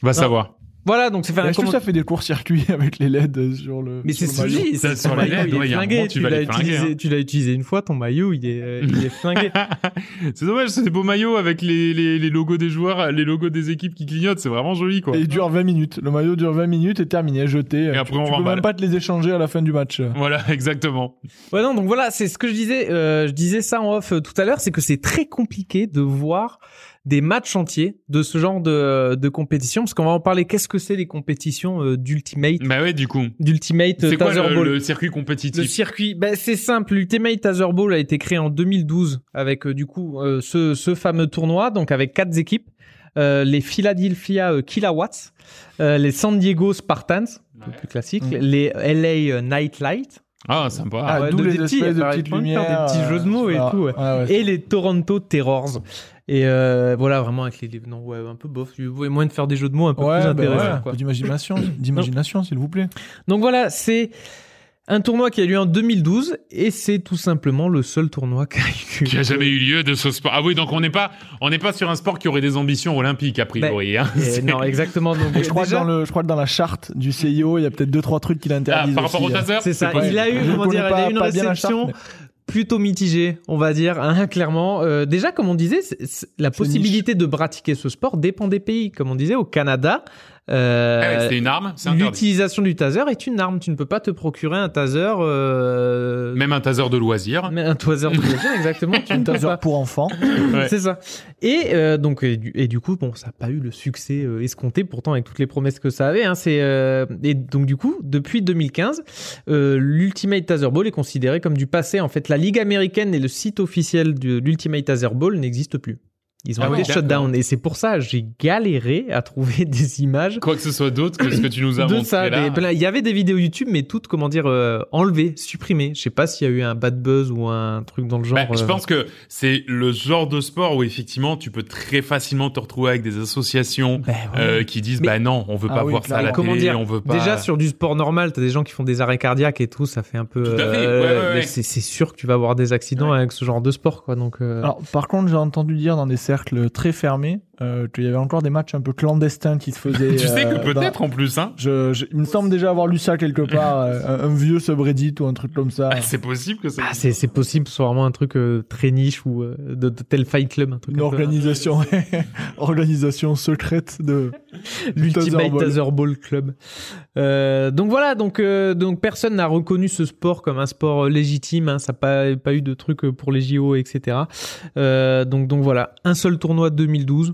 [SPEAKER 3] va savoir.
[SPEAKER 1] Voilà, donc c'est fait un
[SPEAKER 4] Est-ce que
[SPEAKER 1] comment-
[SPEAKER 4] ça fait des courts-circuits avec les LED sur le.
[SPEAKER 1] Mais
[SPEAKER 4] sur
[SPEAKER 1] c'est
[SPEAKER 4] le maillot
[SPEAKER 1] sujet,
[SPEAKER 3] Ça,
[SPEAKER 1] c'est
[SPEAKER 3] sur
[SPEAKER 1] ton
[SPEAKER 3] la
[SPEAKER 1] maillot,
[SPEAKER 3] LED,
[SPEAKER 1] il est
[SPEAKER 3] ouais, il y a un moment,
[SPEAKER 1] flingué,
[SPEAKER 3] tu
[SPEAKER 1] tu
[SPEAKER 3] vas
[SPEAKER 1] l'as
[SPEAKER 3] les flinguer,
[SPEAKER 1] utilisé,
[SPEAKER 3] hein.
[SPEAKER 1] tu l'as utilisé une fois, ton maillot, il est, euh, il est flingué.
[SPEAKER 3] C'est dommage, c'est des beaux maillots avec les, les, les logos des joueurs, les logos des équipes qui clignotent, c'est vraiment joli quoi.
[SPEAKER 4] Et il dure 20 minutes. Le maillot dure 20 minutes et terminé, jeté.
[SPEAKER 3] Et après,
[SPEAKER 4] tu
[SPEAKER 3] on
[SPEAKER 4] tu peux
[SPEAKER 3] remballe.
[SPEAKER 4] même pas te les échanger à la fin du match.
[SPEAKER 1] Ah,
[SPEAKER 3] Voilà, exactement.
[SPEAKER 1] Ouais, non, donc voilà, c'est ce que je disais. euh, je disais ça en off euh, tout à l'heure, c'est que c'est très compliqué de voir des matchs entiers de ce genre de, de compétition, parce qu'on va en parler. Qu'est-ce que c'est les compétitions euh, d'Ultimate
[SPEAKER 3] Bah ouais, du coup.
[SPEAKER 1] D'Ultimate euh,
[SPEAKER 3] C'est quoi
[SPEAKER 1] Taser
[SPEAKER 3] le,
[SPEAKER 1] Ball
[SPEAKER 3] le circuit
[SPEAKER 1] le
[SPEAKER 3] compétitif
[SPEAKER 1] circuit, ben, c'est simple. L'Ultimate Taser Ball a été créé en 2012 avec euh, du coup euh, ce, ce fameux tournoi, donc avec quatre équipes Euh, les Philadelphia euh, Kilowatts, euh, les San Diego Spartans, un peu
[SPEAKER 3] Ouais.
[SPEAKER 1] plus classique,
[SPEAKER 4] Mm.
[SPEAKER 1] les euh, LA Nightlight
[SPEAKER 3] Ah, sympa.
[SPEAKER 1] Ah, ouais,
[SPEAKER 4] d'où
[SPEAKER 1] de-
[SPEAKER 4] les
[SPEAKER 1] des petits,
[SPEAKER 4] espèces de
[SPEAKER 1] appareils
[SPEAKER 4] petites
[SPEAKER 1] de pointe, faire
[SPEAKER 4] lumières.
[SPEAKER 1] des petits
[SPEAKER 4] euh,
[SPEAKER 1] jeux de mots et
[SPEAKER 4] voilà.
[SPEAKER 1] tout, ouais.
[SPEAKER 4] ouais.
[SPEAKER 1] et les Toronto Terrors. Et euh, voilà, vraiment avec les, les noms ouais, un peu bof. Il y a moyen de faire des jeux de mots un peu
[SPEAKER 4] Ouais,
[SPEAKER 1] plus
[SPEAKER 4] bah
[SPEAKER 1] intéressants.
[SPEAKER 4] ouais, un
[SPEAKER 1] quoi.
[SPEAKER 4] peu d'imagination, d'imagination, s'il vous plaît.
[SPEAKER 1] Donc voilà, c'est un tournoi qui a eu lieu en 2012 et c'est tout simplement le seul tournoi qui a eu lieu.
[SPEAKER 3] Qui a jamais eu lieu de ce sport. Ah oui, donc on n'est pas, on n'est pas sur un sport qui aurait des ambitions olympiques, a
[SPEAKER 1] Bah,
[SPEAKER 3] priori. hein.
[SPEAKER 1] Et non, exactement. Donc,
[SPEAKER 4] Et je crois, que
[SPEAKER 1] déjà,
[SPEAKER 4] dans le, je crois que dans la charte du CIO, il y a peut-être deux trois trucs
[SPEAKER 3] Ah,
[SPEAKER 4] qui l'interdisent.
[SPEAKER 3] par rapport au
[SPEAKER 4] aussi, hein.
[SPEAKER 3] taser,
[SPEAKER 1] c'est ça.
[SPEAKER 4] pas-
[SPEAKER 1] Il a eu,
[SPEAKER 4] je le
[SPEAKER 1] comment
[SPEAKER 4] connais
[SPEAKER 1] dire, il a
[SPEAKER 4] pas-
[SPEAKER 1] eu une
[SPEAKER 4] pas bien la
[SPEAKER 1] réception
[SPEAKER 4] charte,
[SPEAKER 1] plutôt mitigée, on va dire, hein, clairement. Euh, déjà, comme on disait, c'est- c'est- la possibilité de pratiquer ce sport dépend des pays. Comme on disait, au Canada, euh,
[SPEAKER 3] Ah ouais, c'est une arme, c'est interdit.
[SPEAKER 1] L'utilisation du taser est une arme. Tu ne peux pas te procurer un taser. euh,
[SPEAKER 3] Même un taser de loisir.
[SPEAKER 1] mais un taser de loisir, exactement. Tu ne
[SPEAKER 4] mais
[SPEAKER 1] peux
[SPEAKER 4] taser
[SPEAKER 1] pas.
[SPEAKER 4] pour enfants.
[SPEAKER 1] Eh
[SPEAKER 3] Ouais.
[SPEAKER 1] C'est ça. Et euh, donc et du, et du coup, bon, ça n'a pas eu le succès euh, escompté, pourtant avec toutes les promesses que ça avait. hein, c'est euh, et donc du coup, depuis 2015, euh, l'Ultimate Taser Ball est considéré comme du passé. En fait, la Ligue américaine et le site officiel de l'Ultimate Taser Ball n'existent plus. Ils ont
[SPEAKER 3] Ah
[SPEAKER 1] été
[SPEAKER 3] oui, d'accord.
[SPEAKER 1] shutdown. Et c'est pour ça, j'ai galéré à trouver des images
[SPEAKER 3] Quoi que ce soit d'autre que ce que tu nous as
[SPEAKER 1] de
[SPEAKER 3] montré
[SPEAKER 1] ça.
[SPEAKER 3] là.
[SPEAKER 1] des- plein- Il y avait des vidéos YouTube, mais toutes, comment dire, euh, enlevées, supprimées. Je sais pas s'il y a eu un bad buzz ou un truc dans le genre.
[SPEAKER 3] Bah, je
[SPEAKER 1] euh,
[SPEAKER 3] pense que c'est le genre de sport où effectivement tu peux très facilement te retrouver avec des associations
[SPEAKER 1] bah, ouais.
[SPEAKER 3] euh, qui disent
[SPEAKER 1] Mais-
[SPEAKER 3] bah non, on veut
[SPEAKER 4] Ah
[SPEAKER 3] pas
[SPEAKER 4] oui,
[SPEAKER 3] voir ça à la
[SPEAKER 1] clairement. Comment
[SPEAKER 3] télé,
[SPEAKER 1] dire
[SPEAKER 3] on veut pas.
[SPEAKER 1] Déjà sur du sport normal, t'as des gens qui font des arrêts cardiaques et tout, ça fait un peu.
[SPEAKER 3] Tout à fait,
[SPEAKER 1] euh,
[SPEAKER 3] ouais, ouais, ouais.
[SPEAKER 1] C'est c'est sûr que tu vas avoir des accidents avec ce genre de sport, quoi. Donc. euh,
[SPEAKER 4] Alors, par contre, j'ai entendu dire dans des cercles très fermés euh, qu'il y avait encore des matchs un peu clandestins qui se faisaient.
[SPEAKER 3] tu sais que
[SPEAKER 4] euh, dans-
[SPEAKER 1] bah.
[SPEAKER 3] peut-être en plus hein,
[SPEAKER 4] Je, je- il me semble déjà avoir lu ça quelque part, euh, un, un vieux subreddit ou un truc comme ça.
[SPEAKER 3] c'est possible que ça.
[SPEAKER 1] ah, c'est c'est possible, c'est vraiment un truc euh, très niche ou euh, de, de tel fight club, un truc hein.
[SPEAKER 4] Une
[SPEAKER 1] un peu-
[SPEAKER 4] organisation, organisation secrète de
[SPEAKER 1] L'Ultimate
[SPEAKER 4] Tetherball.
[SPEAKER 1] Tetherball Club. Euh, donc voilà, donc, euh, donc personne n'a reconnu ce sport comme un sport euh, légitime. hein, ça n'a pas, pas eu de truc euh, pour les JO, etc. Euh, donc, donc voilà, un seul tournoi 2012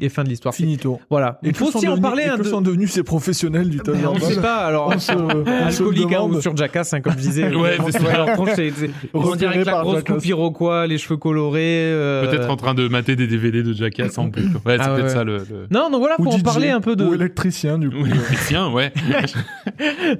[SPEAKER 1] et fin de l'histoire.
[SPEAKER 4] finito.
[SPEAKER 1] Voilà.
[SPEAKER 4] Et
[SPEAKER 1] Il
[SPEAKER 4] que
[SPEAKER 1] faut
[SPEAKER 4] sont
[SPEAKER 1] aussi en
[SPEAKER 4] devenus-
[SPEAKER 1] parler.
[SPEAKER 4] et
[SPEAKER 1] hein,
[SPEAKER 4] que
[SPEAKER 1] de-
[SPEAKER 4] sont devenus ces professionnels du
[SPEAKER 1] Mais on ne
[SPEAKER 4] Tetherball
[SPEAKER 1] sait pas. Alors,
[SPEAKER 4] On se, on se
[SPEAKER 1] alcoolique hein, ou
[SPEAKER 4] demande.
[SPEAKER 1] sur Jackass, hein, comme je disais.
[SPEAKER 3] Ouais,
[SPEAKER 1] on
[SPEAKER 3] c'est
[SPEAKER 1] se met
[SPEAKER 3] ça.
[SPEAKER 1] à leur tronche, c'est- c'est- On dirait avec la
[SPEAKER 4] par
[SPEAKER 1] grosse
[SPEAKER 4] Jackass.
[SPEAKER 1] coupe iroquois, les cheveux colorés. euh,
[SPEAKER 3] Peut-être en train de mater des DVD de Jackass hein, en boucle. Ouais, c'est
[SPEAKER 1] Ah ouais,
[SPEAKER 3] peut-être
[SPEAKER 1] ouais.
[SPEAKER 3] ça le. le...
[SPEAKER 1] Non, donc voilà,
[SPEAKER 4] Ou
[SPEAKER 1] faut en
[SPEAKER 4] DJ,
[SPEAKER 1] parler un peu de.
[SPEAKER 4] Ou électricien, du coup.
[SPEAKER 3] Oui, tiens, ouais.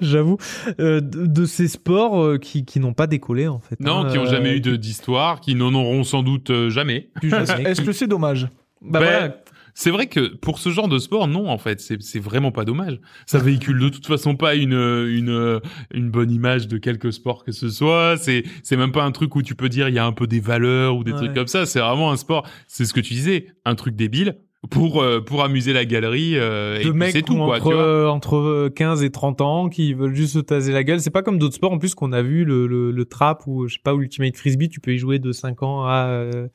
[SPEAKER 1] j'avoue, euh, de, de ces sports euh, qui, qui n'ont pas décollé en fait. hein, euh,
[SPEAKER 3] Non, qui
[SPEAKER 1] n'ont
[SPEAKER 3] ont jamais eu de- d'histoire, qui n'en auront sans doute euh, jamais.
[SPEAKER 4] Est-ce que c'est dommage
[SPEAKER 1] Bah
[SPEAKER 3] Ben,
[SPEAKER 1] voilà.
[SPEAKER 3] C'est vrai que pour ce genre de sport, non, en fait, c'est c'est vraiment pas dommage. Ça véhicule de toute façon pas une euh, une euh, une bonne image de quelque sport que ce soit. C'est c'est même pas un truc où tu peux dire il y a un peu des valeurs ou des
[SPEAKER 1] Ouais.
[SPEAKER 3] trucs comme ça. C'est vraiment un sport. C'est ce que tu disais, un truc débile pour euh, pour amuser la galerie. euh, et
[SPEAKER 1] De
[SPEAKER 3] puis
[SPEAKER 1] mecs
[SPEAKER 3] c'est tout
[SPEAKER 1] qui ont
[SPEAKER 3] quoi. tu
[SPEAKER 1] entre,
[SPEAKER 3] vois.
[SPEAKER 1] euh, entre 15 et 30 ans qui veulent juste se taser la gueule. C'est pas comme d'autres sports en plus qu'on a vu, le, le, le trap ou je sais pas, ou Ultimate Frisbee, tu peux y jouer de 5 ans à, euh,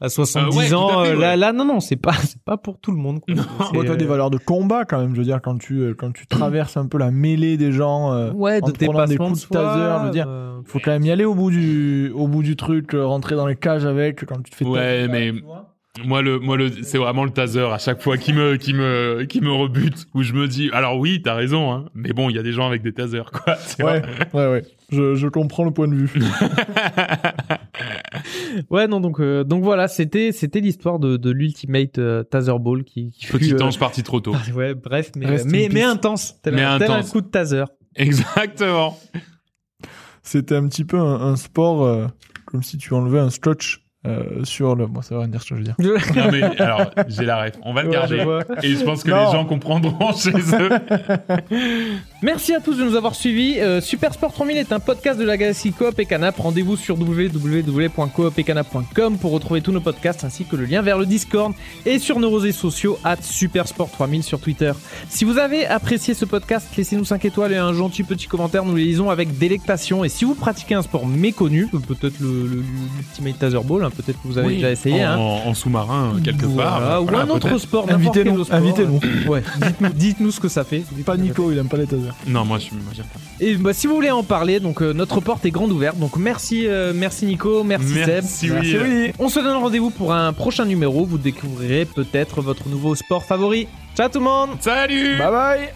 [SPEAKER 1] à 70
[SPEAKER 3] Euh, ouais, tout à
[SPEAKER 1] ans.
[SPEAKER 3] fait,
[SPEAKER 1] Euh, Là,
[SPEAKER 3] ouais.
[SPEAKER 1] là, non, non, c'est pas, c'est pas pour tout le monde. Quoi.
[SPEAKER 3] Non.
[SPEAKER 1] C'est,
[SPEAKER 4] Bon, t'as des
[SPEAKER 1] euh,
[SPEAKER 4] valeurs de combat quand même, je veux dire, quand tu, euh, quand tu traverses un peu la mêlée des gens, euh,
[SPEAKER 1] Ouais,
[SPEAKER 4] en
[SPEAKER 1] de tes
[SPEAKER 4] prenant des
[SPEAKER 1] passements de
[SPEAKER 4] coups de taser,
[SPEAKER 1] soi,
[SPEAKER 4] je veux dire.
[SPEAKER 1] euh,
[SPEAKER 4] faut quand même y aller au bout du, au bout du truc, euh, rentrer dans les cages avec, quand tu te fais
[SPEAKER 3] Ouais,
[SPEAKER 4] taper,
[SPEAKER 3] mais-
[SPEAKER 4] tu vois.
[SPEAKER 3] Moi le moi le c'est vraiment le taser à chaque fois qui me qui me qui me rebute où je me dis alors oui t'as raison hein mais bon il y a des gens avec des tasers quoi. tu vois.
[SPEAKER 4] Ouais, ouais, ouais. Je, je comprends le point de vue.
[SPEAKER 1] Ouais, non, donc, euh, donc voilà, c'était, c'était l'histoire de, de l'Ultimate euh, Taser Ball qui, qui fut,
[SPEAKER 3] Petit
[SPEAKER 1] euh,
[SPEAKER 3] ange parti trop tôt.
[SPEAKER 1] Ouais, bref, mais,
[SPEAKER 4] Rest in
[SPEAKER 1] mais, mais
[SPEAKER 4] peace.
[SPEAKER 1] intense. Tel,
[SPEAKER 3] Mais
[SPEAKER 1] un, tel un
[SPEAKER 3] intense.
[SPEAKER 1] coup de taser.
[SPEAKER 3] Exactement.
[SPEAKER 4] C'était un petit peu un, un sport, euh, comme si tu enlevais un scotch euh, sur le. Bon, ça va rien dire ce que je veux dire.
[SPEAKER 3] Non mais alors, j'ai la ref. On va le
[SPEAKER 1] Ouais,
[SPEAKER 3] garder.
[SPEAKER 1] je vois.
[SPEAKER 3] Et je pense que
[SPEAKER 4] Non.
[SPEAKER 3] les gens comprendront chez eux.
[SPEAKER 1] Merci à tous de nous avoir suivis. Euh, Super Sport 3000 est un podcast de la galaxie Coop et Canap. Rendez-vous sur www.coopetcanap.com pour retrouver tous nos podcasts ainsi que le lien vers le Discord et sur nos réseaux sociaux at Supersport 3000 sur Twitter. Si vous avez apprécié ce podcast, laissez-nous 5 étoiles et un gentil petit commentaire. Nous les lisons avec délectation. Et si vous pratiquez un sport méconnu, euh, peut-être le, le- l'Ultimate Taser Ball, hein, peut-être que vous avez déjà essayé.
[SPEAKER 3] En,
[SPEAKER 1] hein.
[SPEAKER 3] en sous-marin euh, quelque
[SPEAKER 1] Voilà,
[SPEAKER 3] part.
[SPEAKER 1] ou
[SPEAKER 3] Voilà,
[SPEAKER 1] un autre
[SPEAKER 3] peut-être.
[SPEAKER 1] sport, n'importe quel
[SPEAKER 4] Invitez-nous,
[SPEAKER 1] autre sport.
[SPEAKER 4] invitez-nous.
[SPEAKER 1] Ouais, dites-nous, dites-nous ce que ça fait. Dites-nous
[SPEAKER 4] Pas
[SPEAKER 1] ce que ça
[SPEAKER 4] Nico, il aime pas les tasers.
[SPEAKER 3] Non, moi je suis. moi, j'aime pas.
[SPEAKER 1] et bah, si vous voulez en parler, donc euh, notre porte est grande ouverte. Donc merci, euh, merci Nico, merci,
[SPEAKER 3] Merci,
[SPEAKER 1] Seb.
[SPEAKER 3] Will.
[SPEAKER 1] On se donne rendez-vous pour un prochain numéro. Vous découvrirez peut-être votre nouveau sport favori. Ciao tout le monde
[SPEAKER 3] Salut.
[SPEAKER 4] Bye bye!